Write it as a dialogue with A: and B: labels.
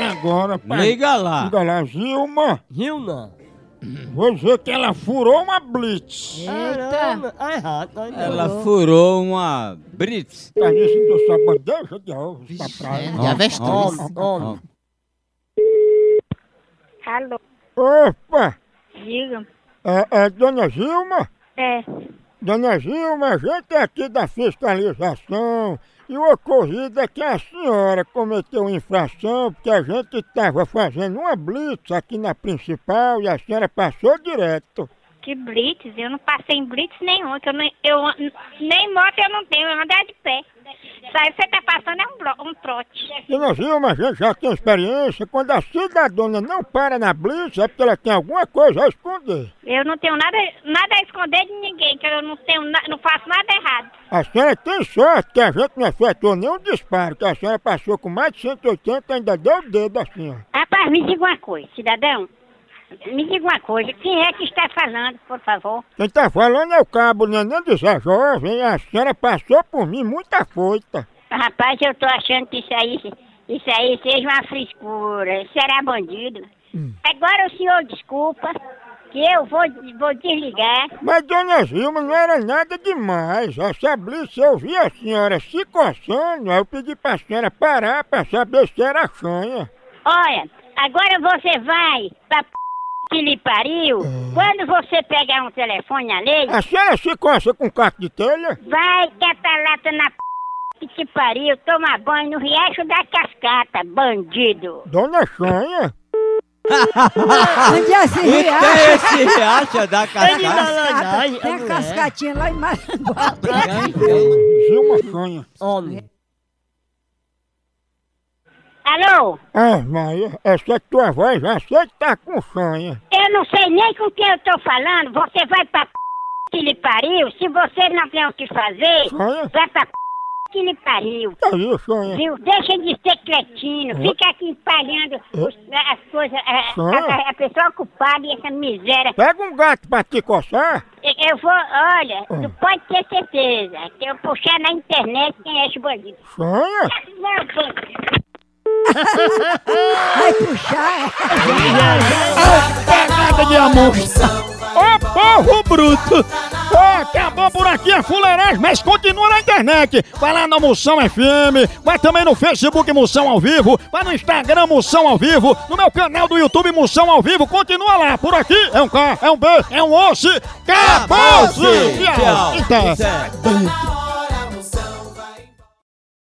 A: agora, pai.
B: Liga lá.
A: Liga lá, Gilma.
B: Rio não.
A: Vou dizer que ela furou uma blitz.
C: Eita!
B: Ai, rato, ai, não.
D: Ela furou uma Brits.
A: Tá nisso deu sua bandeja de ovos pra praia.
D: né?
C: De avestruz.
B: Homem, homem.
E: Alô,
A: Opa!
E: diga.
A: É, é, dona Gilma?
E: É,
A: Dona Gilma, a gente é aqui da fiscalização e o ocorrido é que a senhora cometeu infração porque a gente estava fazendo uma blitz aqui na principal e a senhora passou direto.
E: que blitz? Eu não passei em blitz nenhum, que eu, não, eu an- nem moto eu não tenho, eu andar de pé. Isso aí você tá passando é um, bro, um trote.
A: Dona Gilma, a gente já tem experiência, quando a cidadona não para na blitz é porque ela tem alguma coisa a esconder.
E: Eu não tenho nada, nada a esconder de ninguém, que eu não tenho, na- não faço nada errado.
A: A senhora tem sorte que a gente não efetuou nenhum disparo, que a senhora passou com mais de 180 e ainda deu o dedo assim, à senhora.
E: Rapaz, me diga uma coisa, cidadão. Me diga uma coisa, quem é que está falando, por favor?
A: Quem tá falando é o cabo Neném de Zé Jovem. A senhora passou por mim muita foita.
E: Rapaz, eu tô achando que isso aí, isso aí seja uma frescura. Isso era bandido. Agora o senhor desculpa que eu vou, vou desligar.
A: Mas Dona Zilma não era nada demais. Essa blitz eu vi a senhora se coçando. Aí eu pedi pra senhora parar pra saber se era chanha.
E: Olha, agora você vai pra p... que lhe pariu. Quando você pegar um telefone alheio,
A: A senhora se coça É com caco de telha?
E: vai catar lata na p... que te pariu, toma banho no riacho da cascata, bandido.
A: Dona Chanha?
F: Onde é esse
D: E
F: riacho?
D: tem esse riacha da
B: Ele dá
D: cascata.
B: ladagem,
F: Tem a
B: mulher.
F: cascatinha lá em Maranguá.
A: Zilma Chanha.
B: Homem.
E: Alô?
A: Ah, Maria, essa tua voz já sei que tá com chanha.
E: Eu não sei nem com quem eu tô falando. Você vai pra p... que lhe pariu. Se você não tem o que fazer,
A: Chanha?
E: vai pra p... que lhe pariu.
A: Tá aí, chanha.
E: Viu? Deixa de ser cretino. Fica aqui espalhando os- as coisas. A, a- a- a pessoa ocupada e essa miséria.
A: Pega um gato pra te coçar.
E: E- Eu vou, olha, não pode ter certeza. Que eu puxar na internet quem é esse bandido.
A: Chanha?
E: Não, bandido.
F: Vai puxar. é.
A: Pegada de amor. Ô porro bruto! Ô, acabou por aqui a fuleiragem, mas continua na internet. Vai lá na Moção FM, vai também no Facebook Moção ao Vivo, vai no Instagram Moção ao Vivo, no meu canal do YouTube Moção ao Vivo, continua lá. Por aqui é um K, é um B, é um osso. Acabou-se!
D: Acabou-se!
A: Tchau! Então,
D: Tchau.
A: Eita.
D: Isso é.
C: Eita!